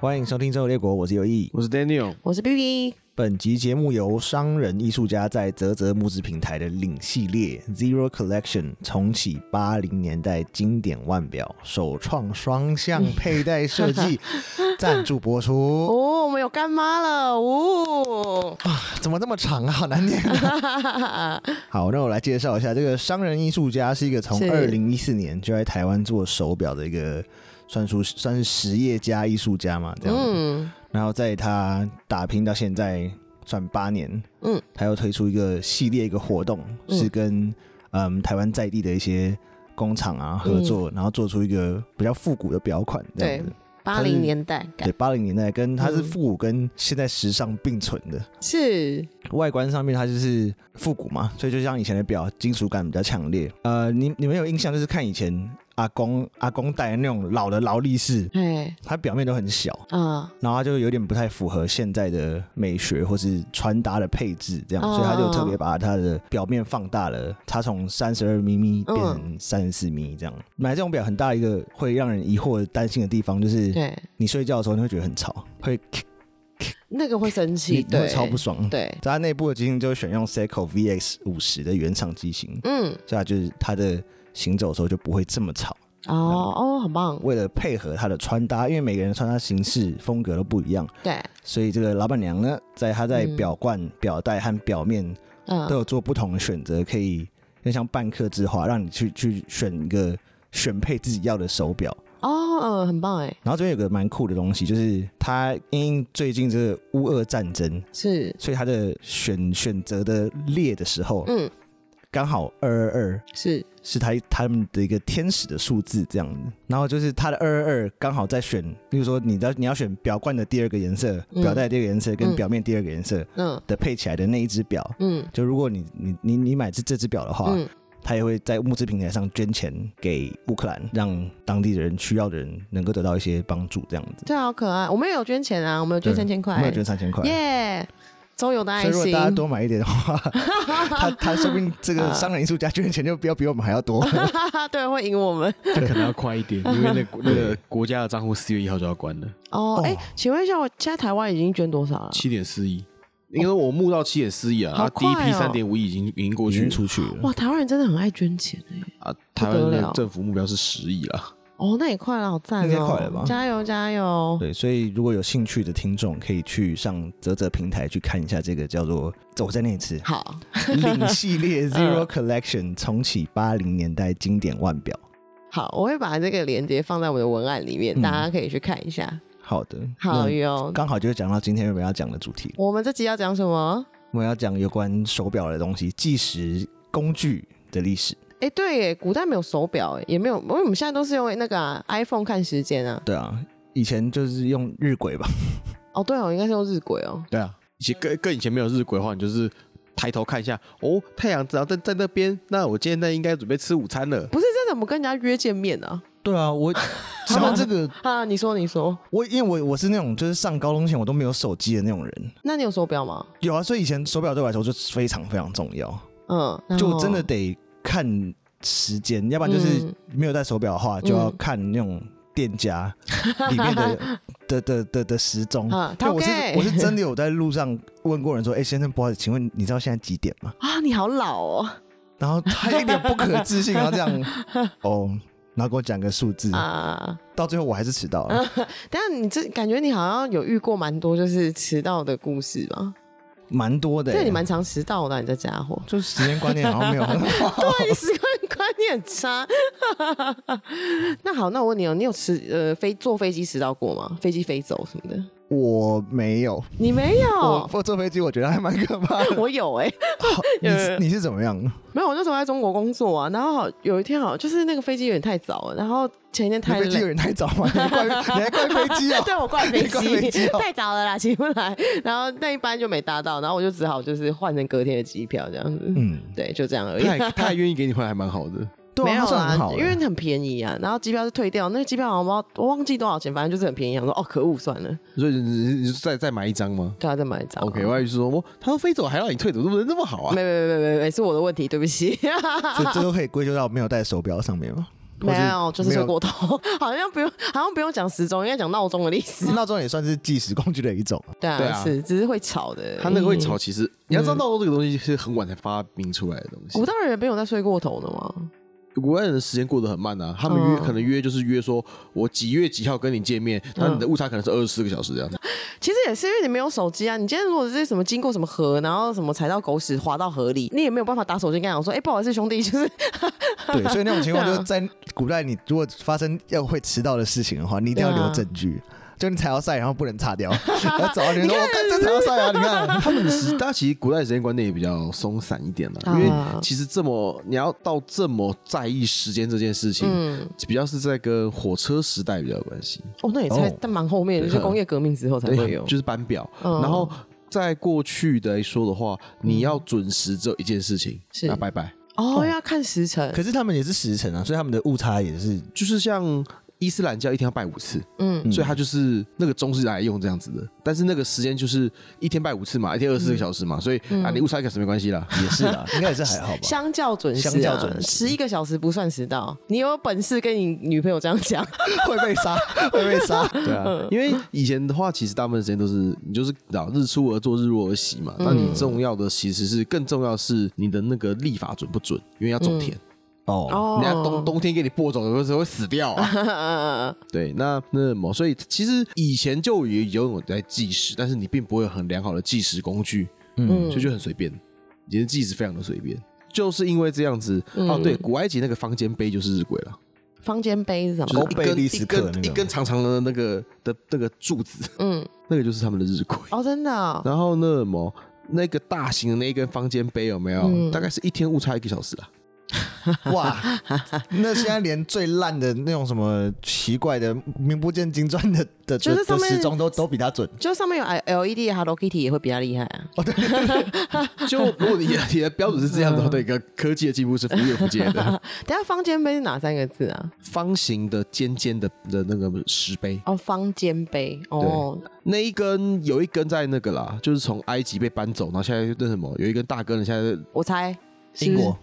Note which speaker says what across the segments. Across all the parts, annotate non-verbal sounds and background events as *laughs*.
Speaker 1: 欢迎收听《周游列国》，我是有意。
Speaker 2: 我是 Daniel，
Speaker 3: 我是 B B，
Speaker 1: 本集节目由商人艺术家在泽泽拇指平台的领系列 Zero Collection 重启八零年代经典腕表，首创双向佩戴设
Speaker 3: *laughs*
Speaker 1: 计赞助播出。
Speaker 3: 哦，我们有干妈了，哦，
Speaker 1: 怎么这么长啊？好 *laughs* 难念、好，那我来介绍一下，这个商人艺术家是一个从
Speaker 3: 是
Speaker 1: 二零一四年就在台湾做手表的一个。算出算是实业家、艺术家嘛，这样子。
Speaker 3: *laughs* 嗯，
Speaker 1: 然后在他打拼到现在算八年，
Speaker 3: 嗯，
Speaker 1: 他又推出一个系列一个活动，
Speaker 3: 嗯
Speaker 1: 是跟嗯台湾在地的一些工厂啊合
Speaker 3: 嗯
Speaker 1: 作，然后做出一个比较复古的表款这样子。
Speaker 3: 八零年代感
Speaker 1: 对，八零年代跟它是
Speaker 3: 嗯
Speaker 1: 复古跟现在时尚并存的，
Speaker 3: 是，
Speaker 1: 外观上面它就是复古嘛，所以就像以前的表，金属感比较强烈。呃，你你们有印象就是看以前阿公阿公戴的那种老的劳力士，
Speaker 3: 哎，
Speaker 1: 它表面都很小，
Speaker 3: 啊，
Speaker 1: 然后它就有点不太符合现在的美学或是穿搭的配置，这样，
Speaker 3: 哦
Speaker 1: 所以他就特别把它的表面放大了，它从三十二咪咪
Speaker 3: 嗯
Speaker 1: 变成三十四咪这样。买这种表很大一个会让人疑惑担心的地方就是，
Speaker 3: 对，
Speaker 1: 你睡觉的时候你会觉得很吵，会
Speaker 3: 那个会生
Speaker 1: 你
Speaker 3: 气，
Speaker 1: 你会
Speaker 3: 对，
Speaker 1: 超不爽。
Speaker 3: 对，
Speaker 1: 所以它内部的机型就选用 Seiko VX 五十的原厂机型，
Speaker 3: 嗯，
Speaker 1: 所以它就是它的行走的时候就不会这么吵。
Speaker 3: 哦哦，很棒，
Speaker 1: 为了配合它的穿搭，因为每个人穿搭形式风格都不一样，
Speaker 3: 对，
Speaker 1: 所以这个老板娘呢，在她在
Speaker 3: 嗯
Speaker 1: 表冠、表带和表面都
Speaker 3: 嗯，
Speaker 1: 有做不同的选择，可以就像半刻之花，让你去去选一个选配自己要的手表。
Speaker 3: 哦，嗯，很棒，哎，
Speaker 1: 然后这边有个蛮酷的东西，就是它因最近这个乌俄战争，
Speaker 3: 是，
Speaker 1: 所以它的选选择的列的时候，
Speaker 3: 嗯，
Speaker 1: 刚好二二二
Speaker 3: 是，
Speaker 1: 是他他们的一个天使的数字这样子。然后就是他的二二二刚好在选，例如说你要你要选表冠的第二个颜色、
Speaker 3: 嗯
Speaker 1: 表带的第二个颜色跟
Speaker 3: 嗯
Speaker 1: 表面第二个颜色
Speaker 3: 嗯
Speaker 1: 的配起来的那一只表。
Speaker 3: 嗯
Speaker 1: 就如果你你你你买这这只表的话，
Speaker 3: 嗯，
Speaker 1: 他也会在募资平台上捐钱给乌克兰，让当地的人需要的人能够得到一些帮助，这样子。
Speaker 3: 这啊好可爱，我们也有捐钱啊，我们有捐
Speaker 1: 对
Speaker 3: 三千
Speaker 1: 没有
Speaker 3: 块，
Speaker 1: 捐三千块，
Speaker 3: 耶，周游的
Speaker 1: 所以
Speaker 3: 爱
Speaker 1: 如果
Speaker 3: 心
Speaker 1: 大，家多买一点的话，
Speaker 3: *laughs*
Speaker 1: 他他说不定这个商人艺术家捐的钱就不要比我们还要多。
Speaker 3: 哦 *laughs* 对，会赢我们。
Speaker 2: 这可能要快一 *laughs* 点，因为那国那个国家的账户四月一号就要关了，
Speaker 3: 哦
Speaker 1: 哦，
Speaker 3: 哎，请问一下，我现在台湾已经捐多少了？
Speaker 2: 七点四亿，因为我募到七点四亿啊，
Speaker 3: 好
Speaker 2: 啊第一批
Speaker 3: 快哦
Speaker 2: 三点五亿已经已经过
Speaker 1: 已
Speaker 2: 去
Speaker 1: 经
Speaker 2: 了
Speaker 1: 出去了，
Speaker 3: 哇，台湾人真的很爱捐钱哎、
Speaker 2: 啊，台湾的政府目标是十亿啦，
Speaker 3: 哦，那也快了，好赞
Speaker 1: 应该
Speaker 3: 哦！
Speaker 1: 快了吧
Speaker 3: 加油加油！
Speaker 1: 对，所以如果有兴趣的听众，可以去上泽泽平台去看一下这个叫做“走在那一
Speaker 3: *laughs*
Speaker 1: 次
Speaker 3: 好，
Speaker 1: 领系列
Speaker 3: 嗯
Speaker 1: Zero Collection 重启八零年代经典腕表
Speaker 3: 好，我会把这个链接放在我们的文案里面，
Speaker 1: 嗯
Speaker 3: 大家可以去看一下。”。
Speaker 1: 好的，
Speaker 3: 好
Speaker 1: 那
Speaker 3: 哟，
Speaker 1: 刚好就是讲到今天我们要讲的主题了
Speaker 3: 我们这集要讲什么？
Speaker 1: 我们要讲有关手表的东西，计时工具的历史。
Speaker 3: 哎、对耶，古代没有手表，哎，也没有，因为我们现在都是用那个、啊、iPhone 看时间啊。
Speaker 1: 对啊，以前就是用日晷吧，
Speaker 3: 哦，对哦，应该是用日晷哦。
Speaker 2: 对啊，以前更更以前没有日晷的话，你就是抬头看一下，哦，太阳只要在在那边，那我今天应该准备吃午餐 *laughs* 了。
Speaker 3: 不是，这怎么跟人家约见面呢、
Speaker 1: 对啊， *laughs* 我想到这个，
Speaker 3: 啊？啊，你说你说，
Speaker 1: 我因为我我是那种就是上高中前我都没有手机的那种人。
Speaker 3: 那你有手表吗？
Speaker 1: 有啊，所以以前手表对我来说就非常非常重要，
Speaker 3: 嗯，然
Speaker 1: 就
Speaker 3: 后
Speaker 1: 真的得看时间，要不然就是
Speaker 3: 嗯
Speaker 1: 没有戴手表的话，就要看那种店家里面 *laughs* 的的的的的时钟。
Speaker 3: 啊，
Speaker 1: 对，
Speaker 3: 陶
Speaker 1: 我是
Speaker 3: gay
Speaker 1: 我是真的有在路上问过人说，哎、先生，不好意思，请问你知道现在几点吗？
Speaker 3: 啊，你好老哦
Speaker 1: 然后他一脸不可置信，然后这
Speaker 3: *laughs*
Speaker 1: 样，哦，然后给我讲个数字，
Speaker 3: 啊。
Speaker 1: 到最后我还是迟到了。
Speaker 3: 但你这感觉你好像有遇过蛮多就是迟到的故事吧？
Speaker 1: 蛮多的、
Speaker 3: 对，
Speaker 1: 欸，。
Speaker 3: 你蛮常迟到的啊、你这家伙
Speaker 1: *laughs*
Speaker 3: 哦
Speaker 1: 就是时间观念好像没有很好。
Speaker 3: *laughs* 对，你时间观念很差。 *laughs* 那好，那我问你哦，你有迟呃飞坐飞机迟到过吗？飞机飞走什么的？
Speaker 1: 我没有，
Speaker 3: 你没
Speaker 1: 我
Speaker 3: 有，
Speaker 1: 我坐飞机我觉得还蛮可怕的。
Speaker 3: *laughs* 我哦有哎、
Speaker 1: 好你
Speaker 3: 有有
Speaker 1: 是
Speaker 3: 有
Speaker 1: 你是怎么样？
Speaker 3: 没有。我那时候在中国工作啊，然后好有一天好就是那个飞机有点太早了，然后前一天
Speaker 1: 你
Speaker 3: 太
Speaker 1: 飞机有
Speaker 3: 累。
Speaker 1: 点太早吗？你
Speaker 3: *laughs*
Speaker 1: 还怪你还怪飞机哦、
Speaker 3: 对，我啊怪
Speaker 1: *laughs*
Speaker 3: 飞
Speaker 1: 你怪飞机
Speaker 3: 机，
Speaker 1: 哦
Speaker 3: *laughs* 太早了啦，起不来。然后那一班就没搭到，然后我就只好就是换成隔天的机票这样子。 *laughs*
Speaker 1: 嗯，
Speaker 3: 对，就这样而已。
Speaker 2: 太太愿意给你换，还蛮好 *laughs* 的。
Speaker 1: 对
Speaker 3: 没
Speaker 1: 啊，
Speaker 3: 有
Speaker 1: 他算很好
Speaker 2: 欸
Speaker 1: 的，
Speaker 3: 因为很便宜啊。然后机票是退掉，那个机票好像不知道我忘记多少钱，反正就是很便宜。想说哦，可恶，算了，
Speaker 2: 所以你你你再再买一张吗
Speaker 3: 对啊，再买一张啊。
Speaker 2: ？OK，我还以为是说，我他说飞走还让你退走，怎么能这么好啊？ *laughs*
Speaker 3: 没没没没没，是我的问题，对不起。
Speaker 1: 这这都可以归咎到没有戴手表上面吗？或是
Speaker 3: 没有，就是
Speaker 1: 没
Speaker 3: 睡
Speaker 1: 有
Speaker 3: 过头， *laughs* 好像不用，好像不用讲时钟，应该讲闹钟的历
Speaker 2: *laughs*
Speaker 3: 史。
Speaker 1: 闹钟也算是计时工具的一种啊。
Speaker 3: 对啊，
Speaker 2: 对啊
Speaker 3: 是只是会吵的。
Speaker 2: 他那个会
Speaker 3: 嗯
Speaker 2: 吵，其实你要知道，闹钟这个东西是很晚才发明出来的东西
Speaker 3: 古。代人没有在睡过头的吗？
Speaker 2: 古代人的时间过得很慢啊，他们约
Speaker 3: 嗯
Speaker 2: 可能约就是约说，我几月几号跟你见面，那你的误差可能是二十四个小时这样子。
Speaker 3: 其实也是因为你没有手机啊。你今天如果是什么经过什么河，然后什么踩到狗屎滑到河里，你也没有办法打手机跟他讲说，哎、不好意思，兄弟，就是 *laughs*
Speaker 1: 对，所以那种情况
Speaker 3: 对啊
Speaker 1: 就是在古代，你如果发生要会迟到的事情的话，你一定要
Speaker 3: 对啊
Speaker 1: 留证据。就你踩到赛，然后不能擦掉，
Speaker 3: *laughs*
Speaker 1: 然后走到那
Speaker 2: 哎
Speaker 1: 边说：“我
Speaker 2: 哦
Speaker 1: 看这踩到赛啊！”你看，
Speaker 2: 他们的时，大家其实古代的时间观念也比较松散一点了，因
Speaker 3: 啊
Speaker 2: 为其实这么你要到这么在意时间这件事情，
Speaker 3: 嗯，
Speaker 2: 比较是在跟火车时代比较有关系。哎
Speaker 3: 哦，那也才，
Speaker 1: 哦
Speaker 3: 但蛮后面的，就是工业革命之后才会有。
Speaker 2: 就是班表。
Speaker 3: 嗯
Speaker 2: 然后在过去的来说的话，你要准时只有一件事情，
Speaker 3: 是
Speaker 2: 那拜拜。
Speaker 3: 哦，要看时辰，
Speaker 1: 可是他们也是时辰啊，所以他们的误差也是
Speaker 2: 就是像伊斯兰教一天要拜五次，
Speaker 3: 嗯，
Speaker 2: 所以它就是那个钟是拿来用这样子的。但是那个时间就是一天拜五次嘛，一天二十四个小时嘛，所以啊，你误差一个小时没关系啦。
Speaker 1: 也是啊，应该也是还好吧。
Speaker 3: 相较准时、啊，
Speaker 1: 相较准时
Speaker 3: 十一个小时不算迟到。你有本事跟你女朋友这样讲， *laughs*
Speaker 1: 会被杀，会被杀。
Speaker 2: 对啊，因为以前的话，其实大部分时间都是你就是你知道日出而作，日落而息嘛。那你重要的其实是更重要的是你的那个历法准不准，因为要种田。
Speaker 1: 哦，
Speaker 3: 哦
Speaker 2: 人家冬冬天给你播种，有的时候会死掉啊。对，那那么，所以其实以前就也有有在计时，但是你并不会有很良好的计时工具，
Speaker 1: 嗯
Speaker 2: 所以就很随便，你的计时非常的随便。就是因为这样子，哦，对，古埃及那个方尖碑就是日晷了，
Speaker 3: 方尖碑是什
Speaker 2: 就是
Speaker 1: 欧
Speaker 3: 么？
Speaker 2: 一
Speaker 1: 贝
Speaker 2: 根
Speaker 1: 利
Speaker 2: 一
Speaker 1: 斯克那
Speaker 2: 根
Speaker 1: 个
Speaker 2: 一根长长的那个的那个柱子，
Speaker 3: 嗯，
Speaker 2: 那个就是他们的日晷。
Speaker 3: 哦，真的哦、
Speaker 2: 然后那么那个大型的那一根方尖碑有没有？大概是一天误差一个小时啊。
Speaker 1: 哇！那现在连最烂的那种什么奇怪的名不见经传的的
Speaker 3: 就是
Speaker 1: 的
Speaker 3: 上
Speaker 1: 的
Speaker 3: 面
Speaker 1: 时钟都都比他准
Speaker 3: 就上面有 L E D Hello Kitty 也会比较厉害啊。
Speaker 1: 哦。对，
Speaker 2: 就如果你的你的标准是这样的话，对，跟科技的进步是无远不届的。
Speaker 3: 等一下方尖碑是哪三个字啊？
Speaker 2: 方形的尖尖的的那个石碑，
Speaker 3: 哦，方尖碑。哦，
Speaker 2: 那一根有一根在那个啦，就是从埃及被搬走，然后现在那什么有一根大根的，现在
Speaker 3: 我猜是
Speaker 1: 英
Speaker 3: 不是
Speaker 1: 国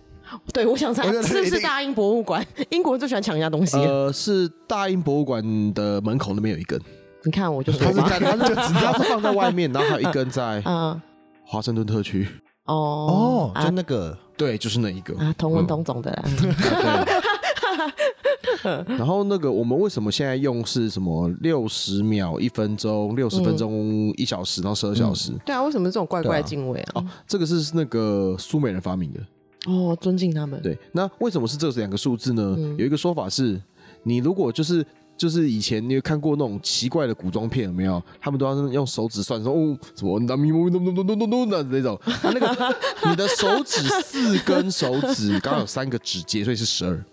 Speaker 3: 对，我想猜
Speaker 1: 我觉得
Speaker 3: 是不
Speaker 1: 一
Speaker 3: 是
Speaker 1: 定
Speaker 3: 大英博物馆？ *laughs* 英国人最喜欢抢人家东西了。
Speaker 2: 呃是大英博物馆的门口那边有一根，
Speaker 3: 你看，我就说
Speaker 2: 它是
Speaker 3: 吧。
Speaker 2: 它它是它是放在外面，然后还有一根在
Speaker 3: 嗯，
Speaker 2: 华盛顿特区，
Speaker 3: 哦
Speaker 1: 哦，嗯就
Speaker 3: 啊
Speaker 1: 那个
Speaker 2: 对，就是那一个。
Speaker 3: 啊，同文同种的啦。
Speaker 2: 对然后那个我们为什么现在用是什么六十秒一分钟、六十分钟一小时，然后十二小时？
Speaker 3: 对啊，为什么这种怪怪的敬畏啊？
Speaker 2: 哦，这个是那个苏美人发明的。
Speaker 3: 哦，尊敬他们。
Speaker 2: 对，那为什么是这两个数字呢？有一个说法是，你如果就是就是以前你有看过那种奇怪的古装片有没有？他们都要用手指算说哦什么那咪咪咚咚咚咚咚咚的那种，啊那个你的手指四根手指刚好有三个指节，所以是十二。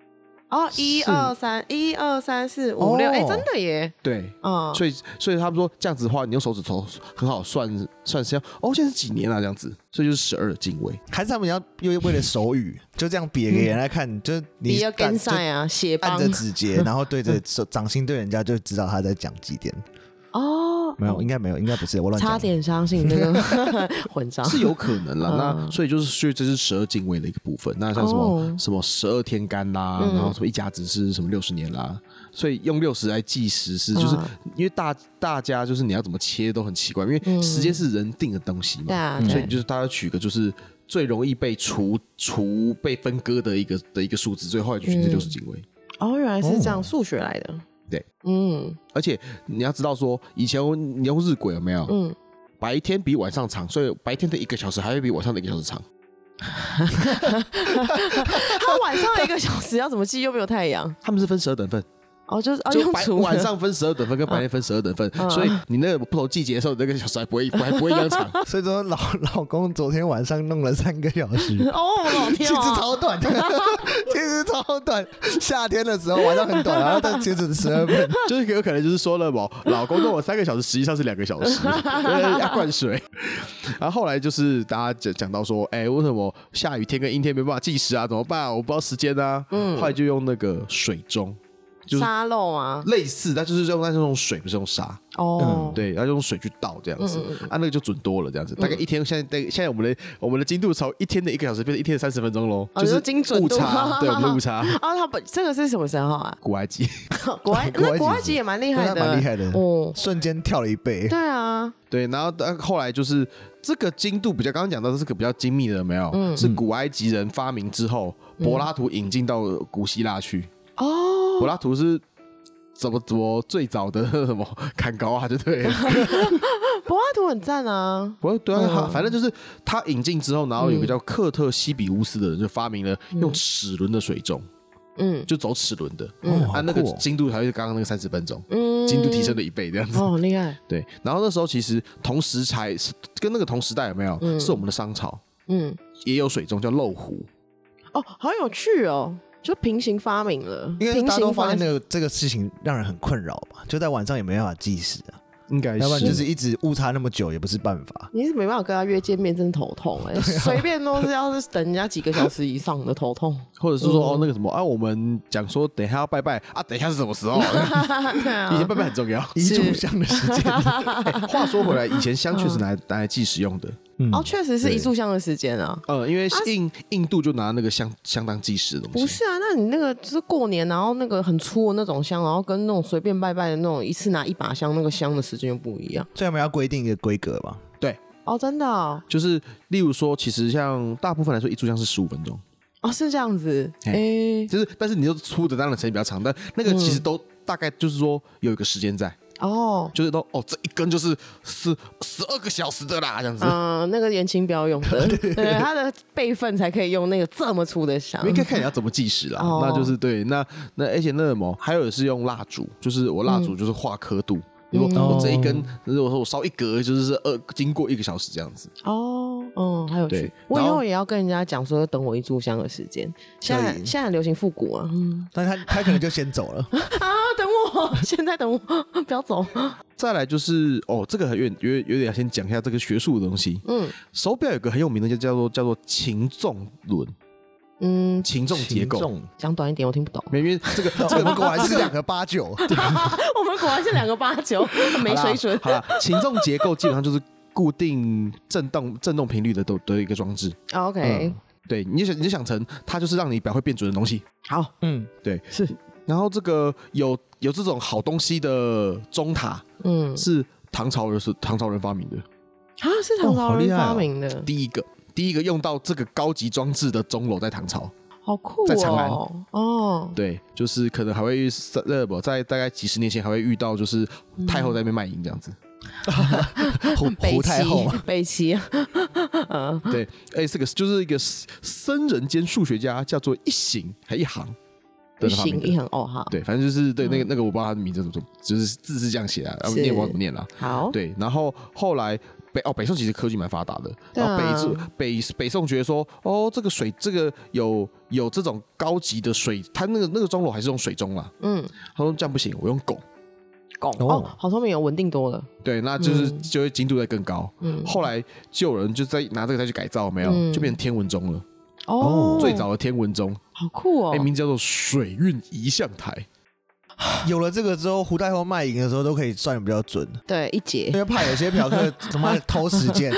Speaker 3: 哦，一二三，一二三四五
Speaker 1: 哦
Speaker 3: 六，哎，真的耶。
Speaker 2: 对，
Speaker 3: 嗯，
Speaker 2: 所以所以他们说这样子的话，你用手指头很好算算时间。哦，现在是几年了、这样子，所以就是十二的进位。
Speaker 1: 还是他们要因为为了手语就这样比给人家看，就是
Speaker 3: 嗯比
Speaker 1: 你
Speaker 3: 较
Speaker 1: 按
Speaker 3: 跟赛啊，血
Speaker 1: 按
Speaker 3: 帮
Speaker 1: 着指 *laughs* 节，然后对着手掌心对人家就知道他在讲几点。
Speaker 3: 哦，
Speaker 1: 没有，应该没有，应该不是我乱
Speaker 3: 差
Speaker 1: 讲的。
Speaker 3: 点相信那个混账。
Speaker 2: 是有可
Speaker 3: *laughs*
Speaker 2: 能
Speaker 3: 嗯
Speaker 2: 啦。那所以就是，所以这是十二进位的一个部分。那像什么、
Speaker 3: 哦
Speaker 2: 什么十二天干啦，
Speaker 3: 嗯
Speaker 2: 然后什么一甲子是什么六十年啦，所以用六十来计时是，就是、
Speaker 3: 嗯
Speaker 2: 因为大大家就是你要怎么切都很奇怪，因为时间是人定的东西
Speaker 3: 嗯对
Speaker 2: 嘛，
Speaker 3: 啊，
Speaker 2: 所以
Speaker 3: 对，
Speaker 2: 就是大家取个就是最容易被除除被分割的一个的一个数字，最后来就选择
Speaker 3: 嗯
Speaker 2: 六十进位。
Speaker 3: 哦，原来是这样，数学来的。
Speaker 2: 对，
Speaker 3: 嗯
Speaker 2: 而且你要知道说，以前你用日晷有没有？
Speaker 3: 嗯，
Speaker 2: 白天比晚上长，所以白天的一个小时还会比晚上的一个小时长。
Speaker 3: 他晚上一个小时要怎么记？又没有太阳，
Speaker 2: 他们是分十二等份，
Speaker 3: 哦，就是哦，
Speaker 2: 就
Speaker 3: 用
Speaker 2: 白
Speaker 3: 除嗯
Speaker 2: 晚上分十二等份，跟白天分十二等份，所以你那个不同季节的时候，你那个小时还不会 *laughs* 还不会一样
Speaker 3: *laughs*
Speaker 2: 长。
Speaker 1: 所以说老老公昨天晚上弄了三个小时，
Speaker 3: *laughs* 哦，我老
Speaker 1: 其
Speaker 3: *laughs*
Speaker 1: *laughs*
Speaker 3: 天
Speaker 1: 实
Speaker 3: 啊！
Speaker 1: 超
Speaker 3: *laughs*
Speaker 1: 短，其实超短。夏天的时候晚上很短，啊然后但截止十二分。
Speaker 2: 就是有可能就是说了嘛，老公跟我三个小时，实际上是两个小
Speaker 3: *laughs*
Speaker 2: 时，因为要灌水。然后后来就是大家讲讲到说，哎、为什么下雨天跟阴天没办法计时啊？怎么办、我不知道时间啊。嗯，后来就用那个水钟，就是
Speaker 3: 沙漏啊，
Speaker 2: 类似，但就是用但是用水，不是用沙，
Speaker 3: 哦，
Speaker 2: 嗯
Speaker 3: 嗯
Speaker 2: 对，然后用水去倒这样子，啊，那个就准多了这样子。大概一天，现在大概现在我们的我们的精度从一天的一个小时变成一天的三十分钟喽，就
Speaker 3: 哦你
Speaker 2: 是
Speaker 3: 说精准
Speaker 2: 误
Speaker 3: 度 *laughs*
Speaker 2: 差，对，我们的误差。
Speaker 3: 哦，他本这个是什么神号啊？ *laughs*
Speaker 2: 古埃及，
Speaker 3: 国外
Speaker 1: 国外
Speaker 3: 那
Speaker 1: 籍
Speaker 3: 国外籍也蛮厉害
Speaker 1: 对
Speaker 3: 的，
Speaker 1: 他蛮厉害的
Speaker 3: 哦，
Speaker 1: 瞬间跳了一倍。哦
Speaker 3: 对啊，
Speaker 2: 对，然后呃后来就是这个精度比较，刚刚讲到这个比较精密的有没有？
Speaker 3: 嗯
Speaker 2: 是古埃及人发明之后，柏拉图引进到古希腊去。
Speaker 3: 哦，
Speaker 2: 柏拉图是怎么怎么最早的 *laughs* 什么砍高啊，就对了。
Speaker 3: 柏拉图很赞啊，
Speaker 2: 不，对啊，
Speaker 1: 嗯
Speaker 2: 他反正就是他引进之后，然后有个叫克特西比乌斯的人就发明了
Speaker 1: 嗯
Speaker 2: 用齿轮的水钟，
Speaker 3: 嗯
Speaker 2: 就走齿轮的，
Speaker 1: 哦，
Speaker 2: 啊，
Speaker 1: 好
Speaker 2: 那个
Speaker 1: 酷哦
Speaker 2: 精度才是刚刚那个三十分钟，
Speaker 3: 嗯，
Speaker 2: 精度提升了一倍这样
Speaker 1: 嗯
Speaker 2: 子。
Speaker 3: 哦，很厉害，
Speaker 2: 对，然后那时候其实同时才是跟那个同时代有没有？是我们的商朝
Speaker 3: 嗯，
Speaker 2: 也有水钟叫漏壶，
Speaker 3: 哦，好有趣哦，就平行发明了，
Speaker 1: 因为
Speaker 3: 平
Speaker 1: 大家都
Speaker 3: 行
Speaker 1: 发
Speaker 3: 发
Speaker 1: 现那个这个事情让人很困扰吧，就在晚上也没办法计时啊，
Speaker 2: 应该
Speaker 1: 要不然就是一直误差那么久也不是办法。
Speaker 3: 你是没办法跟他约见面，真的头痛哎、
Speaker 1: 啊
Speaker 3: 随、便都是要是等人家几个小时以上的
Speaker 1: *laughs*
Speaker 3: 头痛。
Speaker 2: 或者是
Speaker 1: 嗯
Speaker 2: 说哦那个什么啊，我们讲说等一下要拜拜啊，等一下是什么
Speaker 1: *laughs*
Speaker 2: 时候？
Speaker 3: 对
Speaker 2: 以前
Speaker 3: 啊，
Speaker 2: 拜拜很重要。
Speaker 1: 一炷香的时间，
Speaker 2: 哎 *laughs*
Speaker 1: *laughs*
Speaker 2: 话说回来，以前香确实拿来拿来计时用的，
Speaker 1: 嗯
Speaker 3: 哦，确实是一炷香的时间啊。
Speaker 2: 呃，因为印印度就拿那个相相当计时的东
Speaker 3: 不
Speaker 2: 西，
Speaker 3: 是啊，那你那个就是过年，然后那个很粗的那种香，然后跟那种随便拜拜的那种一次拿一把香，那个香的时间就不一样
Speaker 1: 所以我们要规定一个规格吧。
Speaker 2: 对，
Speaker 3: 哦，真的哦，
Speaker 2: 就是例如说，其实像大部分来说，一炷香是十五分钟，
Speaker 3: 哦是这样子，
Speaker 2: 嘿
Speaker 3: 诶、
Speaker 2: 就是但是你就粗的当然时间比较长，但那
Speaker 3: 嗯
Speaker 2: 个其实都大概就是说有一个时间在，
Speaker 3: 哦，
Speaker 2: *laughs* 就是都哦这一根就是十十二个小时的啦，这样子。
Speaker 3: 嗯、那个年轻标用的，对，他的辈分才可以用那个这么粗的香
Speaker 2: 你，应该看你要怎么计时啦，
Speaker 3: 哦
Speaker 2: 那就是对，那那而且那什么，还有是用蜡烛，就是我蜡烛就是画刻度，
Speaker 3: 嗯
Speaker 2: 如果我这一根，
Speaker 3: 哦
Speaker 2: 如果说我烧一格，就是二经过一个小时这样子，
Speaker 3: 哦，嗯，还有趣
Speaker 2: 对。
Speaker 3: 我以
Speaker 2: 然后
Speaker 3: 后也要跟人家讲说，等我一炷香的时间。现在
Speaker 1: 可以
Speaker 3: 现在很流行复古啊，嗯
Speaker 1: 但他他可能就先走了，
Speaker 3: 啊，等我， *laughs* 现在等我，不要走。
Speaker 2: 再来就是哦，这个很有点有点有点先讲一下这个学术的东西。
Speaker 3: 嗯
Speaker 2: 手表有个很有名的叫叫做叫做擒纵轮、
Speaker 3: 嗯，
Speaker 2: 擒纵结
Speaker 1: 群
Speaker 2: 构。
Speaker 1: 众
Speaker 3: 讲短一点，我听不懂。 *laughs*
Speaker 2: 没因为这个这
Speaker 1: 我
Speaker 2: 个
Speaker 1: 们果然
Speaker 2: 这
Speaker 1: 是
Speaker 2: 个
Speaker 1: 两个八九，
Speaker 3: 我们果然是两个八九， *laughs* 没水准。
Speaker 2: 好啦，擒纵结构基本上就是固定振动振动频率的都的一个装置。
Speaker 3: *laughs* 啊 OK，
Speaker 2: 对，你就想你就想成它就是让你表会变准的东西。
Speaker 3: 好，
Speaker 1: 嗯，
Speaker 2: 对，
Speaker 3: 是，
Speaker 2: 然后这个有有这种好东西的钟塔
Speaker 3: 嗯，
Speaker 2: 是唐朝人是唐朝人发明的，
Speaker 3: 啊，是唐朝人
Speaker 1: 哦好厉害哦
Speaker 3: 发明的，
Speaker 2: 第一个第一个用到这个高级装置的钟楼在唐朝。
Speaker 3: 好酷
Speaker 2: 在长安
Speaker 3: 哦。哦，
Speaker 2: 对，就是可能还会遇呃不，在大概几十年前还会遇到，就是
Speaker 3: 嗯
Speaker 2: 太后在那边卖淫这样子。
Speaker 1: 胡
Speaker 3: 北
Speaker 1: 胡太后
Speaker 3: 齐
Speaker 1: 嘛，，
Speaker 3: 北齐，嗯， *laughs*
Speaker 2: 对，哎，这个就是一个僧人兼数学家，叫做一行还一行的
Speaker 3: 不
Speaker 2: 人发明
Speaker 3: 行，
Speaker 2: 的。
Speaker 3: 一行哦，好，
Speaker 2: 对，反正就是对那个那个我不知道他的名字怎么，怎么，就是字是这样写的，啊然后
Speaker 3: 是哦
Speaker 2: 念我怎么念啦。
Speaker 3: 好，
Speaker 2: 对，然后后来北哦北宋其实科技蛮发达的，
Speaker 3: 对
Speaker 2: 然
Speaker 3: 啊
Speaker 2: 后北宋北北宋觉得说哦这个水这个有有这种高级的水，他那个那个钟楼还是用水钟啦，
Speaker 3: 嗯，
Speaker 2: 他说这样不行，我用汞。
Speaker 3: 拱
Speaker 1: 哦
Speaker 3: 哦，好聪明哦，稳定多了，
Speaker 2: 对，那就是、
Speaker 3: 嗯
Speaker 2: 就会精度再更高。
Speaker 3: 嗯，
Speaker 2: 后来就有人就在拿这个再去改造，没有、
Speaker 3: 嗯
Speaker 2: 就变成天文钟了。
Speaker 1: 哦
Speaker 2: 最早的天文钟，
Speaker 3: 好酷
Speaker 2: 哎、
Speaker 3: 哦，
Speaker 2: 名字叫做水运仪象台。
Speaker 1: 有了这个之后，胡太后卖淫的时候都可以算的比较
Speaker 3: *laughs*
Speaker 1: 准，
Speaker 3: 对，一
Speaker 1: 因
Speaker 3: 节
Speaker 1: 为怕有些嫖客他妈的偷时
Speaker 3: *laughs*
Speaker 1: 间，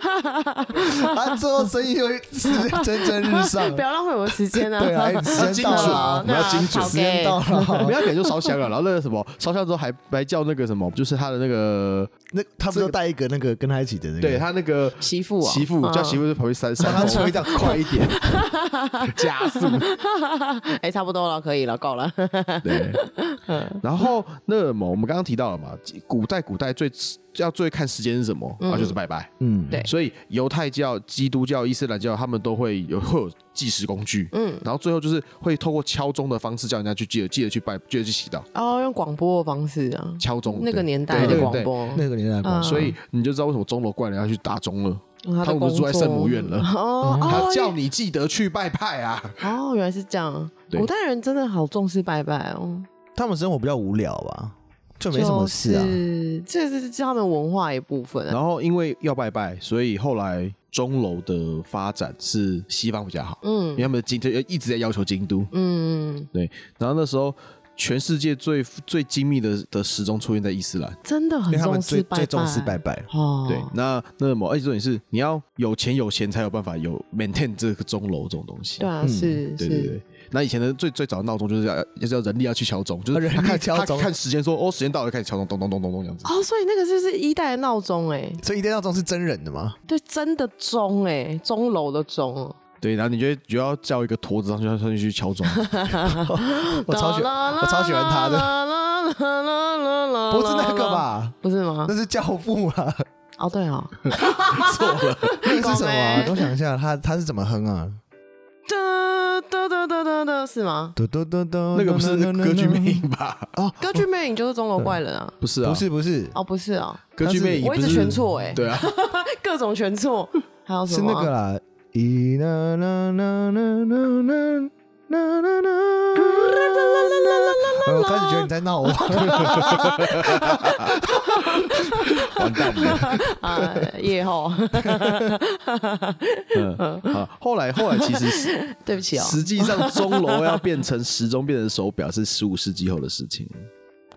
Speaker 1: 啊，最后生意就是蒸蒸
Speaker 2: 哎
Speaker 3: *laughs*
Speaker 1: 日上
Speaker 3: 不。要浪费我的时
Speaker 2: *laughs*
Speaker 3: 间啊！
Speaker 1: 对啊，
Speaker 3: *laughs*
Speaker 1: 哎时间到
Speaker 2: 精准
Speaker 1: 了
Speaker 2: 啊，我们要
Speaker 3: 那
Speaker 2: 精准
Speaker 3: 好
Speaker 1: 时间到
Speaker 3: gay *laughs*
Speaker 1: 了，
Speaker 2: *laughs* 没有可能啊就烧香了，然后那个什么烧香之后还还叫那个什么，就是他的那个，
Speaker 1: 那他不就带一个那个跟他一起的那个，
Speaker 2: 对他那个
Speaker 3: 媳妇哦，
Speaker 2: 媳妇
Speaker 3: 嗯
Speaker 2: 叫媳，妇在旁边扇
Speaker 1: 啊让
Speaker 2: 扇
Speaker 1: 他
Speaker 2: 风，
Speaker 1: 吹这样快一点，
Speaker 2: *laughs* 加
Speaker 3: *laughs*
Speaker 2: 速。
Speaker 3: 哎，差不多了，可以了，够了。
Speaker 2: 对，
Speaker 3: 嗯
Speaker 2: 然后那么我们刚刚提到了嘛，古代古代最要最看时间是什么啊，就是拜拜。
Speaker 1: 嗯，
Speaker 3: 对
Speaker 2: 所以犹太教、基督教、伊斯兰教，他们都会有会有计时工具，
Speaker 3: 嗯，
Speaker 2: 然后最后就是会透过敲钟的方式叫人家去记得记得去拜，记得去祈祷，
Speaker 3: 哦，用广播的方式啊，
Speaker 2: 敲钟。
Speaker 3: 那个
Speaker 2: 对
Speaker 3: 年代
Speaker 2: 对
Speaker 3: 的
Speaker 2: 对
Speaker 3: 广
Speaker 2: 对
Speaker 3: 播，
Speaker 1: 那个年代吧
Speaker 3: 嗯，
Speaker 2: 所以你就知道为什么钟楼怪人要去打钟了，
Speaker 3: 用他
Speaker 2: 他
Speaker 3: 的
Speaker 2: 们不
Speaker 3: 工
Speaker 2: 是住
Speaker 3: 作
Speaker 2: 在圣母院了。嗯
Speaker 3: 哦
Speaker 2: 他
Speaker 3: 哦，
Speaker 2: 叫你记得去拜拜啊！
Speaker 3: 哦，原来是这样。
Speaker 2: 对
Speaker 3: 古代人真的好重视拜拜哦，
Speaker 1: 他们生活比较无聊吧，就没什么事啊
Speaker 3: 就。是这是是他们文化一部分啊。
Speaker 2: 然后因为要拜拜，所以后来钟楼的发展是西方比较好，因
Speaker 3: 嗯
Speaker 2: 为他们的精，一直在要求京都，
Speaker 3: 嗯，
Speaker 2: 然后那时候全世界最最精密的的时钟出现在伊斯兰。
Speaker 3: 真的
Speaker 1: 因
Speaker 3: 很
Speaker 1: 为他们
Speaker 3: 重视
Speaker 1: 最
Speaker 3: 拜
Speaker 1: 最重视拜拜。
Speaker 3: 哦，
Speaker 2: 对，那那么，而且重点是你要有钱有闲才有办法有 maintain 这个钟楼这种东西。
Speaker 3: 对啊，是
Speaker 2: 嗯对对
Speaker 3: 是
Speaker 2: 对。那以前的最最早的闹钟就是要要是要人力要去敲钟，就是
Speaker 1: 人
Speaker 2: 他
Speaker 1: 力
Speaker 2: 看
Speaker 1: 敲
Speaker 2: 他
Speaker 1: 钟
Speaker 2: 看时间说哦时间到了开始敲钟，咚咚咚咚咚这样子。
Speaker 3: 哦，所以那个就是一代的闹钟哎，
Speaker 1: 所以一定要钟是真人的
Speaker 3: *laughs*
Speaker 1: 吗？
Speaker 3: 对，真的钟哎，钟楼的钟。
Speaker 2: 对，然后你就会就要叫一个驼子上去上去去敲钟。
Speaker 1: 我超喜欢，我超喜欢他的，
Speaker 3: 的，
Speaker 1: 不是那个？吧？
Speaker 3: 不是吗
Speaker 1: 那？是教父啊，
Speaker 3: 哦，对哦，
Speaker 2: 错了，
Speaker 1: 那个是什么啊
Speaker 3: 懂？没
Speaker 1: 我想一下，他他是怎么哼啊？
Speaker 3: 哒哒哒哒哒哒，是吗？
Speaker 1: 嘟嘟嘟嘟，
Speaker 2: 那个不是歌剧魅
Speaker 1: 名，
Speaker 2: 影吧？
Speaker 1: 哦
Speaker 3: 歌剧魅影就是钟楼怪人啊？
Speaker 2: 不是啊，
Speaker 1: 不是不是，
Speaker 3: 哦，不是哦，
Speaker 2: 歌剧魅影，
Speaker 3: 我一直全。错哎，
Speaker 2: 对啊，
Speaker 3: 各种全错。还有什
Speaker 1: 是
Speaker 3: 么
Speaker 1: 那
Speaker 3: 啊？
Speaker 1: 个啦。咦啦啦啦啦啦啦啦啦啦！我开始觉得你在闹我。
Speaker 2: 完蛋了。
Speaker 3: 啊，夜后， *laughs*
Speaker 2: 嗯，好，后来后来其实是
Speaker 3: *laughs* 对不起哦，
Speaker 2: 实际上，钟楼要变成时钟，变成手表，是十五世纪后的事情。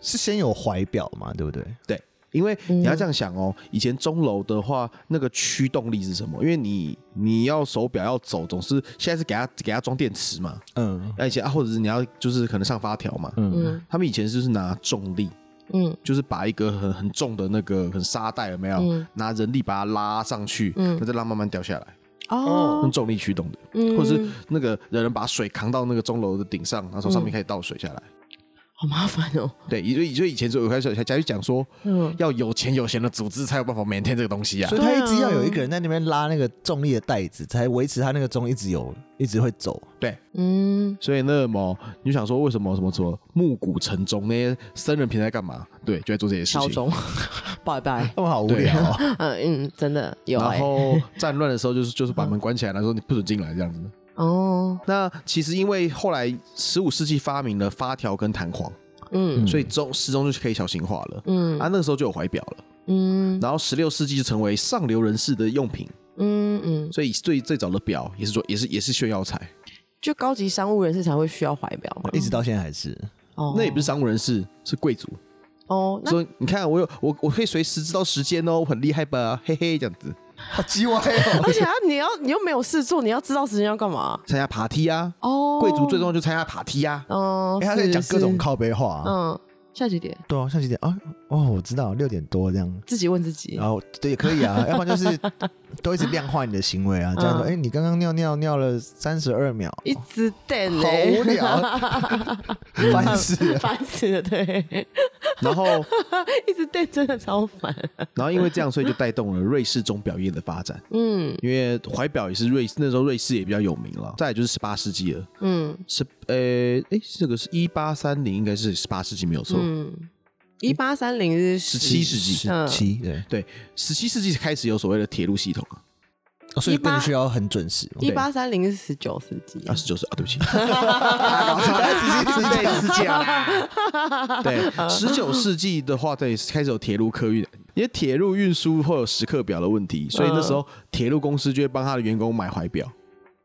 Speaker 1: 是先有怀表嘛，对不对？
Speaker 2: 对，因为你要这样想哦，以前钟楼的话，那个驱动力是什么？因为你你要手表要走，总是现在是给它给它装电池嘛，
Speaker 1: 嗯
Speaker 2: 那以前啊，或者是你要就是可能上发条嘛，
Speaker 1: 嗯
Speaker 2: 他们以前就是拿重力。
Speaker 3: 嗯，
Speaker 2: 就是把一个很很重的那个很沙袋有没有、拿人力把它拉上去，那再让它慢慢掉下来，
Speaker 3: 哦，
Speaker 2: 用重力驱动的，或者是那个人把水扛到那个钟楼的顶上，然后从上面开始倒水下来。
Speaker 3: 好麻烦哦，
Speaker 2: 对，以所以所以以前就有开始假如讲说，要有钱有闲的组织才有办法 maintain 这个东西啊
Speaker 1: 所。以他一直要有一个人在那边拉那个重力的袋子，才维持他那个钟一直有，一直会走。
Speaker 2: 对，
Speaker 3: 嗯，
Speaker 2: 所以那么你就想说为什么什么什么暮鼓晨钟那些僧人平时在干嘛？对，就在做这些事
Speaker 3: 敲
Speaker 2: 情。
Speaker 1: *laughs*
Speaker 3: 钟，拜拜，
Speaker 1: 他们好无聊啊！
Speaker 3: 嗯嗯，真的有哎
Speaker 2: 然，后战乱的时候
Speaker 3: *laughs*
Speaker 2: 就是就是把门关起来，然后说你不准进来这样子。
Speaker 3: 哦，
Speaker 2: 那其实因为后来十五世纪发明了发条跟弹簧，
Speaker 3: 嗯
Speaker 2: 所以钟时钟就可以小型化了。
Speaker 3: 嗯
Speaker 2: 啊，那个时候就有怀表了。
Speaker 3: 嗯
Speaker 2: 然后十六世纪就成为上流人士的用品，
Speaker 3: 嗯嗯，
Speaker 2: 所以最最早的表也是做也是也是炫耀财。
Speaker 3: 就高级商务人士才会需要怀表嘛，
Speaker 1: 一直到现在还是
Speaker 3: 哦，
Speaker 2: 那也不是商务人士，是贵族。
Speaker 3: 哦，那
Speaker 2: 所以你看，我有我我可以随时知道时间哦，我很厉害吧？嘿嘿，这样子
Speaker 1: 好鸡歪哦！
Speaker 3: *laughs* 而且啊，你要你又没有事做，你要知道时间要干嘛
Speaker 2: *laughs* 参加 party 啊，
Speaker 3: 哦，
Speaker 2: 贵族最重要就参加 party 啊。
Speaker 3: 嗯，
Speaker 1: 哎，他在讲各种
Speaker 3: 是，
Speaker 1: 靠背话啊。
Speaker 3: 嗯，下几点
Speaker 1: 对啊，像几点啊？哦，我知道，六点多这样。
Speaker 3: 自己问自己
Speaker 1: 然，后对，也可以
Speaker 3: *laughs*
Speaker 1: 啊，要不然就是都一直量化你的行为啊，这样说，
Speaker 3: 嗯
Speaker 1: 哎，你刚刚尿尿尿了三十二秒，
Speaker 3: 一直等
Speaker 1: 好无
Speaker 3: 嘞，嗯
Speaker 1: 聊，啊烦死了。
Speaker 3: *laughs* 烦死了，对，
Speaker 2: 然后，
Speaker 3: 一直等真的超烦，
Speaker 2: 然后因为这样，所以就带动了瑞士钟表业的发展。
Speaker 3: 嗯
Speaker 2: 因为怀表也是瑞士那时候瑞士也比较有名了。再来就是十八世纪了，
Speaker 3: 嗯。
Speaker 2: 是呃诶，这个是一八三零，应该是十八世纪没有错。
Speaker 3: 嗯，一八三零是
Speaker 2: 十七世纪，
Speaker 3: 嗯
Speaker 1: 七对，
Speaker 2: 对，十七世纪开始有所谓的铁路系统啊，
Speaker 1: 哦所以
Speaker 3: 18
Speaker 1: 更需要很准时嘛。
Speaker 3: 一八三零是十九世纪
Speaker 2: 啊，十九世啊，对不
Speaker 3: *laughs*
Speaker 2: 起，
Speaker 1: 对
Speaker 2: 世纪啦。对，十九世纪的话，对，开始有铁路客运，因为铁路运输会有时刻表的问题，所以那
Speaker 3: 嗯
Speaker 2: 时候铁路公司就会帮他的员工买怀表，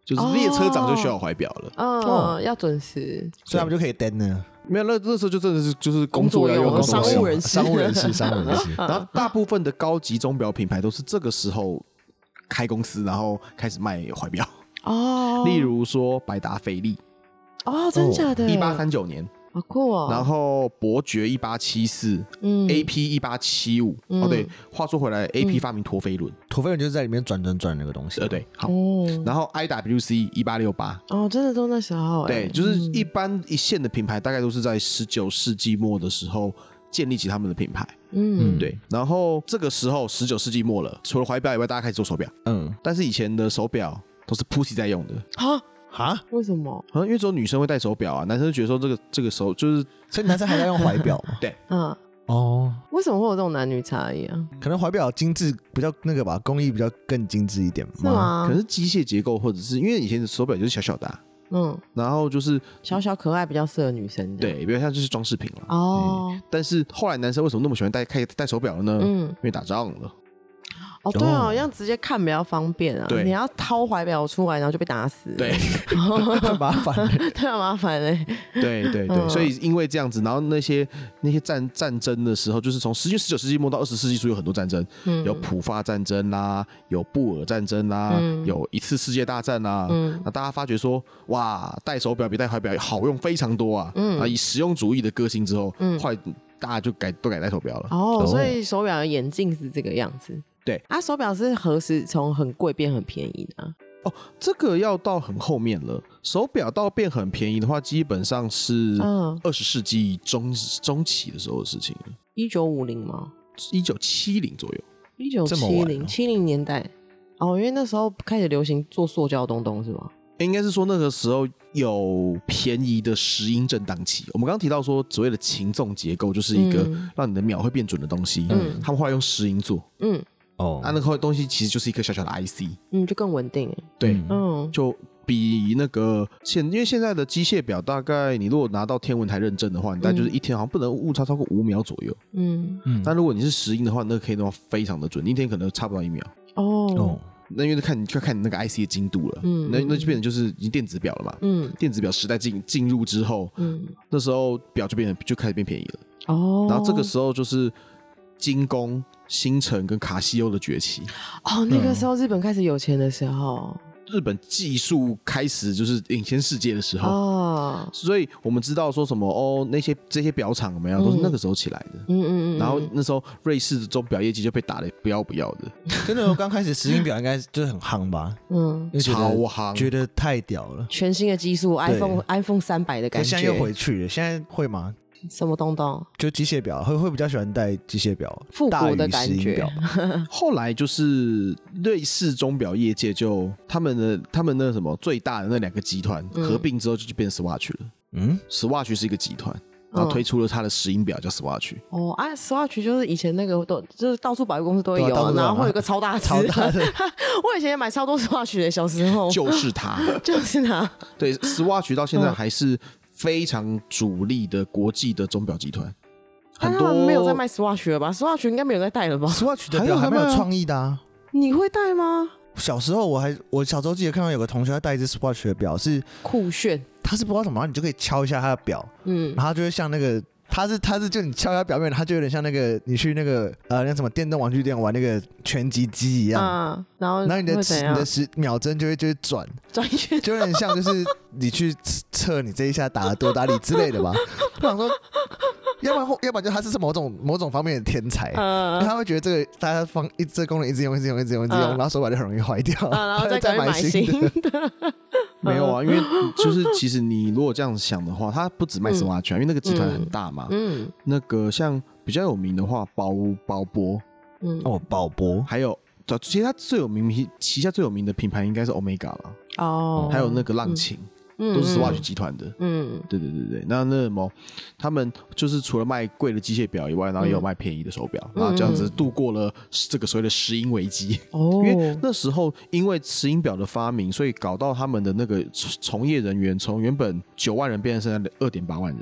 Speaker 2: 就是列车长就需要怀表了。
Speaker 3: 嗯，要准时。
Speaker 1: 所以他们就可以登呢。
Speaker 2: 没有，那那时候就真的是就是工作要用
Speaker 3: 工
Speaker 2: 的
Speaker 3: 作用
Speaker 2: 东西
Speaker 3: 商务人士
Speaker 1: 商务人士，商务人士。
Speaker 2: 然后大部分的高级钟表品牌都是这个时候开公司，然后开始卖怀表，
Speaker 3: 哦，
Speaker 2: 例如说百达翡丽，
Speaker 3: 哦，真假的，
Speaker 2: 一八，三九年。
Speaker 3: 好酷哦。
Speaker 2: 然后伯爵一八七四
Speaker 3: 嗯
Speaker 2: ，AP 一八七五。哦，对，话说回来，AP 发明陀飞轮，
Speaker 1: 土匪人就是在里面转转转那个东西。
Speaker 2: 呃，，对，好。
Speaker 3: 哦
Speaker 2: 然后 IWC 一八六八，
Speaker 3: 哦，真的都那时候哎，
Speaker 2: 对，就是一般一线的品牌，大概都是在十九世纪末的时候建立起他们的品牌。
Speaker 3: 嗯
Speaker 2: 对，然后这个时候十九世纪末了，除了怀表以外，大家开始做手表，
Speaker 1: 嗯，
Speaker 2: 但是以前的手表。都是 pussy 在用的，
Speaker 3: 啊，
Speaker 1: 哈，
Speaker 3: 为什么？
Speaker 2: 好像因为只有女生会戴手表啊，男生就觉得说这个这个手就是？
Speaker 1: 所以男生还在用怀表嘛
Speaker 2: 对，
Speaker 3: 嗯，
Speaker 1: *laughs* 哦，
Speaker 3: 为什么会有这种男女差异啊？
Speaker 1: 可能怀表精致比较那个吧，工艺比较更精致一点
Speaker 3: 是
Speaker 1: 嘛。
Speaker 2: 可
Speaker 3: 吗
Speaker 2: 能？是机械结构，或者是因为以前的手表就是小小的啊、
Speaker 3: 嗯，
Speaker 2: 然后就是
Speaker 3: 小小可爱比较适合女生。这样，
Speaker 2: 对，比如像就是装饰品了。嗯
Speaker 3: 哦，
Speaker 2: 但是后来男生为什么那么喜欢戴戴戴手表了呢？
Speaker 3: 嗯
Speaker 2: 因为打仗了。
Speaker 3: 哦，对哦，这样直接看比较方便啊。
Speaker 2: 对
Speaker 3: 你要掏怀表出来，然后就被打死。 *laughs*
Speaker 2: 对
Speaker 1: 很 *laughs* 麻烦。
Speaker 3: 对啊，麻烦嘞。
Speaker 2: 对对
Speaker 3: 嗯
Speaker 2: 对，所以因为这样子，然后那些那些战战争的时候，就是从十十九世纪末到二十世纪初有很多战争，
Speaker 3: 嗯
Speaker 2: 有普法战争啦，有布尔战争啦，
Speaker 3: 嗯
Speaker 2: 有一次世界大战啦。那大家发觉说，哇，戴手表比戴怀表好用非常多啊！
Speaker 3: 嗯
Speaker 2: 啊，以实用主义的个性之后，后来大家就改都改戴手表了。
Speaker 3: 哦
Speaker 1: 哦，
Speaker 3: 所以手表的眼镜是这个样子。
Speaker 2: 对
Speaker 3: 啊，手表是何时从很贵变很便宜的、啊？
Speaker 2: 哦，这个要到很后面了。手表到变很便宜的话，基本上是
Speaker 3: 嗯，
Speaker 2: 二十世纪中中期的时候的事情，
Speaker 3: 一九五零吗？
Speaker 2: 一九七零左右。
Speaker 3: 一九
Speaker 1: 这
Speaker 3: 七
Speaker 1: 么晚哦
Speaker 3: 零七零年代。哦，因为那时候开始流行做塑胶东东是吗？
Speaker 2: 应该是说那个时候有便宜的石英振荡器。我们刚刚提到说，所谓的擒纵结构就是一个
Speaker 3: 嗯
Speaker 2: 让你的秒会变准的东西。
Speaker 3: 嗯
Speaker 2: 他们后来用石英做，
Speaker 3: 嗯
Speaker 1: 哦
Speaker 2: 啊，那个东西其实就是一个小小的 IC。
Speaker 3: 嗯，就更稳定了。
Speaker 2: 对，
Speaker 1: 嗯
Speaker 3: 嗯，
Speaker 2: 就比那个现，因为现在的机械表，大概你如果拿到天文台认证的话，你大概就是一天好像不能误差超过五秒左右。
Speaker 3: 嗯，
Speaker 1: 嗯
Speaker 2: 但如果你是石英的话，那个可以弄到非常的准，一天可能差不到一秒。
Speaker 3: 哦，
Speaker 1: 哦，
Speaker 2: 那因为看你就看你那个 IC 的精度了，
Speaker 3: 嗯
Speaker 2: 那那就变成就是已经电子表了嘛。
Speaker 3: 嗯
Speaker 2: 电子表时代进进入之后，
Speaker 3: 嗯，
Speaker 2: 那时候表就变得就开始变便宜了。
Speaker 3: 哦，
Speaker 2: 然后这个时候就是精工、星辰跟卡西欧的崛起，
Speaker 3: 哦，那个
Speaker 1: 嗯
Speaker 3: 时候日本开始有钱的时候
Speaker 2: 日本技术开始就是领先世界的时候。
Speaker 3: 哦，
Speaker 2: 所以我们知道说什么哦，那些这些表厂有没有都是那个时候起来的。
Speaker 3: 嗯嗯嗯，
Speaker 2: 然后那时候瑞士的钟表业绩就被打的不要不要的，
Speaker 1: 真的，我刚开始石英表应该就是很夯吧，
Speaker 3: 嗯，
Speaker 1: 因为觉
Speaker 2: 超
Speaker 1: 得
Speaker 2: 夯。
Speaker 1: 觉得太屌了。
Speaker 3: 全新的技术，iPhone iPhone 三百的
Speaker 1: 可
Speaker 3: 感
Speaker 1: 现
Speaker 3: 觉，
Speaker 1: 在又回去了，现在会吗？
Speaker 3: 什么东东？
Speaker 1: 就机械表会会比较喜欢戴机械表，
Speaker 3: 复古
Speaker 1: 大于
Speaker 3: 的感
Speaker 1: 石英
Speaker 3: 觉
Speaker 1: 表吧
Speaker 2: 后来就是瑞士钟表业界就他们的他们那什么最大的那两个集团
Speaker 3: 嗯
Speaker 2: 合并之后就就变成 Swatch 了。
Speaker 1: 嗯，
Speaker 2: Swatch 是一个集团，然
Speaker 3: 嗯
Speaker 2: 后推出了它的石英表叫 Swatch。
Speaker 3: 哦啊，Swatch 就是以前那个都就是到处百货公司都会
Speaker 1: 对啊
Speaker 3: 有
Speaker 1: 到
Speaker 3: 啊，
Speaker 1: 处都有
Speaker 3: 然
Speaker 1: 啊
Speaker 3: 后会有一个 *laughs* 超大只
Speaker 1: 超大的
Speaker 3: *laughs* 我以前也买超多 Swatch 的，小时
Speaker 1: *laughs*
Speaker 3: 候
Speaker 2: 就是
Speaker 3: *laughs*
Speaker 2: 它。
Speaker 3: 就是它，
Speaker 2: 对，Swatch 到现在
Speaker 3: 嗯
Speaker 2: 还是非常主力的国际的钟表集团，
Speaker 3: 但
Speaker 2: 很
Speaker 3: 他
Speaker 2: 多
Speaker 3: 啊们没有在卖嗯 Swatch 了吧？Swatch 应该没有在戴了吧？
Speaker 1: Swatch 的
Speaker 2: 还
Speaker 1: 表
Speaker 2: 有
Speaker 1: 还
Speaker 2: 他
Speaker 1: 蛮
Speaker 2: 们
Speaker 1: 有
Speaker 2: 啊
Speaker 1: 创意的啊。
Speaker 3: *laughs* 你会戴吗？
Speaker 1: 小时候我还我小时候记得看到有个同学他戴一只 Swatch 的表，是
Speaker 3: 酷炫，
Speaker 1: 他是不知道什么，然后你就可以敲一下他的表，
Speaker 3: 嗯
Speaker 1: 然后它就会像那个。它是它是就你敲一下表面，它就有点像那个你去那个呃那什么电动玩具店玩那个拳击机一样，
Speaker 3: 啊，然后
Speaker 1: 然后你的
Speaker 3: 会
Speaker 1: 时
Speaker 3: 怎
Speaker 1: 你
Speaker 3: 样
Speaker 1: 的？时秒针就会就会转，
Speaker 3: 转圈
Speaker 1: 就有点像就是你去测测你这一下打了多大力之类的吧。我想说，要不然后要不然就他是某种某种方面的天才，因为
Speaker 3: *laughs* 呃，
Speaker 1: 他会觉得这个大家放一这个功能一直用一直用一直用一直用，
Speaker 3: 嗯
Speaker 1: 然后手表就很容易坏掉，
Speaker 3: 啊，然后
Speaker 1: 他就再
Speaker 3: 再赶快
Speaker 1: 买
Speaker 3: 买
Speaker 1: 新的。
Speaker 3: 新的，
Speaker 2: 没有啊，因为就是其实你如果这样想的话，它不止卖 Swatch，、啊，因为那个集团很大嘛。
Speaker 3: *laughs* 嗯
Speaker 2: 那个像比较有名的话，包包波，
Speaker 3: 嗯，
Speaker 1: 哦，宝博
Speaker 2: 还有其实它最有名旗下最有名的品牌应该是 Omega 了，
Speaker 3: 哦，嗯
Speaker 2: 还有那个浪琴，
Speaker 3: 都
Speaker 2: 都是 Swatch 集团的。
Speaker 3: 嗯
Speaker 2: 对对对对，那那什么，他们就是除了卖贵的机械表以外，然后也有卖便宜的手表，
Speaker 3: 嗯
Speaker 2: 然后这样子度过了这个所谓的 *laughs* 石英危机。
Speaker 3: 哦，
Speaker 2: 因为那时候因为石英表的发明，所以搞到他们的那个从从业人员从原本九万人变成现在的二点八万人，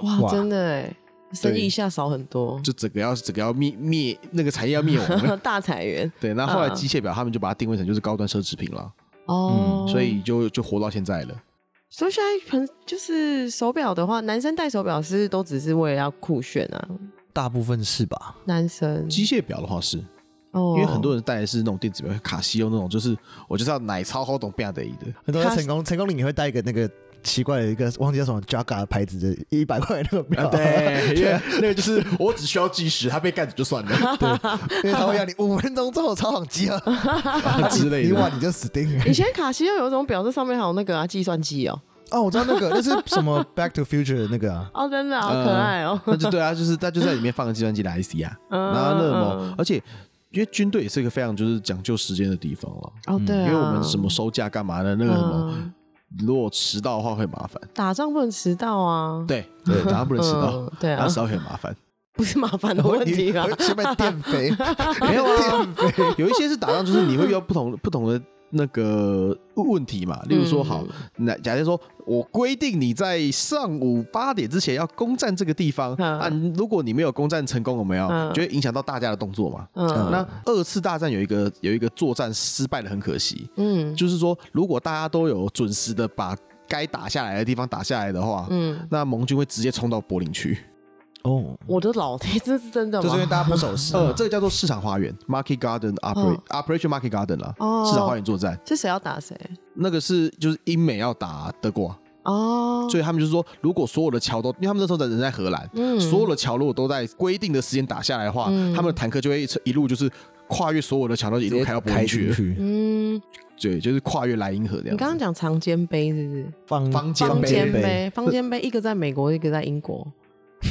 Speaker 1: 哇
Speaker 3: 哇，真的哎，生
Speaker 2: 对
Speaker 3: 意一下少很多，。
Speaker 2: 就整个要整个要灭灭那个产业要灭亡了
Speaker 3: *laughs* 大裁员
Speaker 2: 对，那后来
Speaker 3: 嗯
Speaker 2: 机械表他们就把它定位成就是高端奢侈品了，
Speaker 3: 哦，
Speaker 2: 所以就就活到现在了。
Speaker 3: 所以现在很就是手表的话，男生戴手表是都只是为了要酷炫啊，
Speaker 1: 大部分是吧？
Speaker 3: 男生
Speaker 2: 机械表的话是，
Speaker 3: 哦，
Speaker 2: 因为很多人戴的是那种电子表，卡西欧那种，就是我就是要奶超好懂变得的。
Speaker 1: 很多人
Speaker 3: 他
Speaker 1: 成功成功领也会带一个那个奇怪的一个忘记叫什么 Jaga 的牌子的一百块的那个表，*laughs*
Speaker 2: 啊，*laughs* 对，
Speaker 3: *laughs*
Speaker 2: 因为那个就是我只需要计时，他被干死就算了 *laughs*
Speaker 1: 因为他会让你五分钟之后超好机了，
Speaker 2: 之类
Speaker 1: 你
Speaker 2: 的。嗯
Speaker 1: 晚你就死定了。
Speaker 3: 以前卡西欧有一种表，这上面还有那个啊计算机哦，
Speaker 1: 哦，我知道那个那是什么 Back to Future 的那个啊，
Speaker 3: 哦，真的好
Speaker 2: 嗯
Speaker 3: 可爱哦，
Speaker 2: 那就对啊，就是他就在里面放了计算机的 IC 啊，
Speaker 3: 嗯
Speaker 2: 然后那什么
Speaker 3: 嗯，
Speaker 2: 而且因为军队也是一个非常就是讲究时间的地方了，
Speaker 3: 哦对
Speaker 2: 嗯因
Speaker 3: 啊，
Speaker 2: 为我们什么收假干嘛的，那个什么，
Speaker 3: 嗯
Speaker 2: 如果迟到的话会麻烦。
Speaker 3: 打仗不能迟到啊，
Speaker 2: 对对，然后不能迟到
Speaker 3: 嗯，对啊
Speaker 2: 那迟到会很麻烦。
Speaker 3: 不是麻烦的问题啊吧？
Speaker 1: 先被电飞，
Speaker 3: *laughs*
Speaker 2: *laughs* 没有啊，有一些是打仗，就是你会遇到不同不同的那个问题嘛，例如说，好，
Speaker 3: 嗯
Speaker 2: 那假设说我规定你在上午八点之前要攻占这个地方，
Speaker 3: 嗯
Speaker 2: 啊，如果你没有攻占成功，有没有
Speaker 3: 嗯，
Speaker 2: 就会影响到大家的动作嘛？
Speaker 3: 嗯
Speaker 2: 那二次大战有一个有一个作战失败的很可惜，
Speaker 3: *laughs* 嗯
Speaker 2: 就是说，如果大家都有准时的把该打下来的地方打下来的话，
Speaker 3: 嗯，
Speaker 2: 那盟军会直接冲到柏林去，
Speaker 1: *laughs* 哦，
Speaker 3: 我的老天，这是真的
Speaker 1: 就是因为
Speaker 3: 吗？
Speaker 1: 大家不守 *laughs* 时
Speaker 2: 呃
Speaker 1: 嘛，，
Speaker 2: 这个叫做市场花园 （Market Garden Operation、Operation Market Garden） 啦，
Speaker 3: 嗯哦
Speaker 2: 市场花园作战。
Speaker 3: 是谁要打谁？
Speaker 2: 那个是就是英美要打德国啊，
Speaker 3: 哦，
Speaker 2: 所以他们就是说，如果所有的桥都，因为他们那时候人在荷兰，
Speaker 3: 嗯
Speaker 2: 所有的桥如果都在规定的时间打下来的话，
Speaker 3: 嗯
Speaker 2: 他们的坦克就会一路就是跨越所有的桥，都一
Speaker 1: 直
Speaker 2: 路
Speaker 1: 接
Speaker 2: 开到柏
Speaker 1: 开
Speaker 2: 林去
Speaker 1: 进
Speaker 2: 了，
Speaker 1: 去，
Speaker 3: 嗯，
Speaker 2: 对，就是跨越莱茵河这
Speaker 3: 你
Speaker 2: 样
Speaker 3: 刚
Speaker 2: 子。
Speaker 3: 刚讲长尖杯是不是？
Speaker 1: 方
Speaker 2: 方尖
Speaker 3: 方
Speaker 2: 杯
Speaker 3: 尖
Speaker 1: 杯，
Speaker 3: 杯，方尖杯，一个在美国，一个在英国。
Speaker 2: *laughs* 其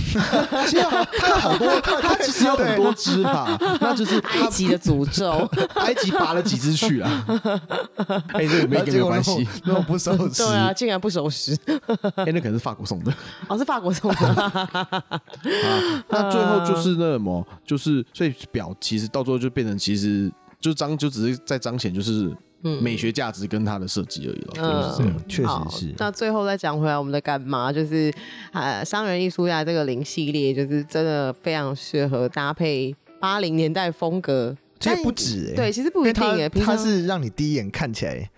Speaker 2: 实它它有好多，它其实有很多只啦，那就是
Speaker 3: *laughs* *laughs* 埃
Speaker 2: 它
Speaker 3: 及的诅咒，
Speaker 2: *laughs* 埃及拔了几只去
Speaker 3: *laughs*
Speaker 2: 啦。哎，这个没跟没有关系，
Speaker 1: 那我不守时 *laughs*
Speaker 3: 对， *laughs* 啊，竟然不守时，
Speaker 2: 哎，那可能是法国送的。
Speaker 3: 哦，是法国送 *laughs* 的，
Speaker 2: 啊， *laughs* 那最后就是那什么，就是所以表其实到最后就变成其实就彰就只是在彰显就是
Speaker 3: 嗯
Speaker 2: 美学价值跟它的设计而已了，就是这样。
Speaker 1: 嗯，确
Speaker 3: 好
Speaker 1: 实是。
Speaker 3: 那最后再讲回来，我们的干妈就是，呃，商人艺术家这个零系列，就是真的非常适合搭配八零年代风格。
Speaker 1: 其实
Speaker 3: 但
Speaker 1: 不止欸
Speaker 3: 对，其实不
Speaker 1: 因
Speaker 3: 一
Speaker 1: 为
Speaker 3: 定
Speaker 1: 它
Speaker 3: 诶，平
Speaker 1: 它
Speaker 3: 常
Speaker 1: 是让你第一眼看起来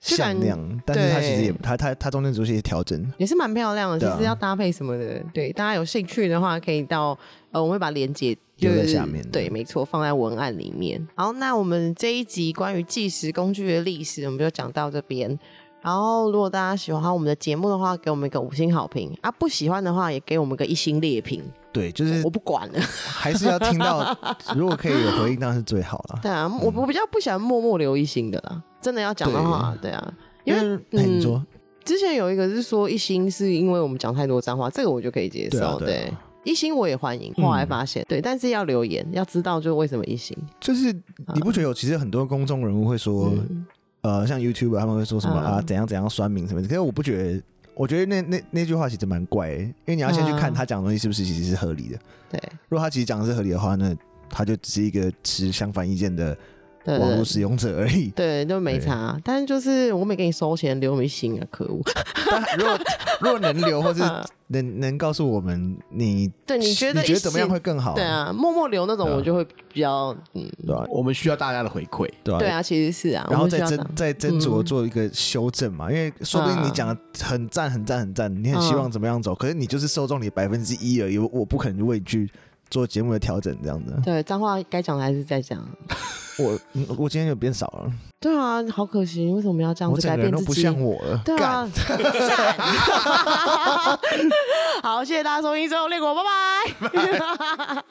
Speaker 3: 就感
Speaker 1: 像那样，但是它其实也
Speaker 3: 对
Speaker 1: 它它它中间做一些调整，
Speaker 3: 也是蛮漂亮的。
Speaker 1: 对啊
Speaker 3: 其实要搭配什么的，对大家有兴趣的话，可以到呃，我们会把链接
Speaker 1: 留在
Speaker 3: 就是
Speaker 1: 下面
Speaker 3: 对，没错，放在文案里面。好，那我们这一集关于计时工具的历史，我们就讲到这边。然后，如果大家喜欢我们的节目的话，给我们一个五星好评啊！不喜欢的话，也给我们个一星劣评，
Speaker 1: 对，就是
Speaker 3: 我不管了。
Speaker 1: *laughs*
Speaker 3: *laughs*
Speaker 1: 还是要听到，如果可以有回应当然是最好了。
Speaker 3: 对啊，我我比较不喜欢默默留一星的啦。真的要讲的话，对啊，因为嗯
Speaker 1: 为哎你说
Speaker 3: 之前有一个是说一星是因为我们讲太多脏话，这个我就可以接受。
Speaker 1: 对啊对啊嗯
Speaker 3: 一星我也欢迎。后来发现，对，但是要留言，要知道就是为什么一星。
Speaker 1: 就是你不觉得有其实很多公众人物会说，呃，像 YouTube 他们会说什么
Speaker 3: 嗯
Speaker 1: 啊怎样怎样酸民什么的，可是我不觉得。我觉得那那那句话其实蛮怪的，因为你要先去看
Speaker 3: 嗯
Speaker 1: 他讲的东西是不是其实是合理的。
Speaker 3: 对
Speaker 1: 如果他其实讲的是合理的话，那他就只是一个持相反意见的
Speaker 3: 对
Speaker 1: 网络
Speaker 3: 对
Speaker 1: 使用者而已。
Speaker 3: 对，就没差。但是就是我没给你收钱，留我们一星啊，可恶！ *laughs*
Speaker 1: 但如果如果能留，或是能能告诉我们你
Speaker 3: 嗯对，你觉得
Speaker 1: 你
Speaker 3: 一
Speaker 1: 觉
Speaker 3: 星
Speaker 1: 得怎么样会？更好？
Speaker 3: 对，啊，默默留那种
Speaker 1: 对啊
Speaker 3: 我就会比较嗯，
Speaker 1: 对吧？
Speaker 2: 我们需要大家的回馈，
Speaker 1: 对吧
Speaker 3: 对。啊，其实是啊，
Speaker 1: 然后
Speaker 3: 我们需
Speaker 1: 再
Speaker 3: 要
Speaker 1: 斟
Speaker 3: 这样
Speaker 1: 再斟酌做一个修正嘛，因为说不定你
Speaker 3: 嗯
Speaker 1: 讲的很赞很赞很赞，你很希望怎么样走，可是你就是受众里百分之一而已，我我不可能为你去做节目的调整这样子。
Speaker 3: 对脏话该讲的还是在讲。
Speaker 1: 我嗯我今天有变少了，
Speaker 3: 对啊，好可惜，为什么要这样
Speaker 1: 我
Speaker 3: 子
Speaker 1: 整
Speaker 3: 改
Speaker 1: 个人
Speaker 3: 变
Speaker 1: 都
Speaker 3: 自
Speaker 1: 不
Speaker 3: 己？
Speaker 1: 像我了。
Speaker 3: 对
Speaker 1: 干
Speaker 3: 啊， *laughs* 赞！ *laughs* 好，谢谢大家收听之后，列国，拜拜。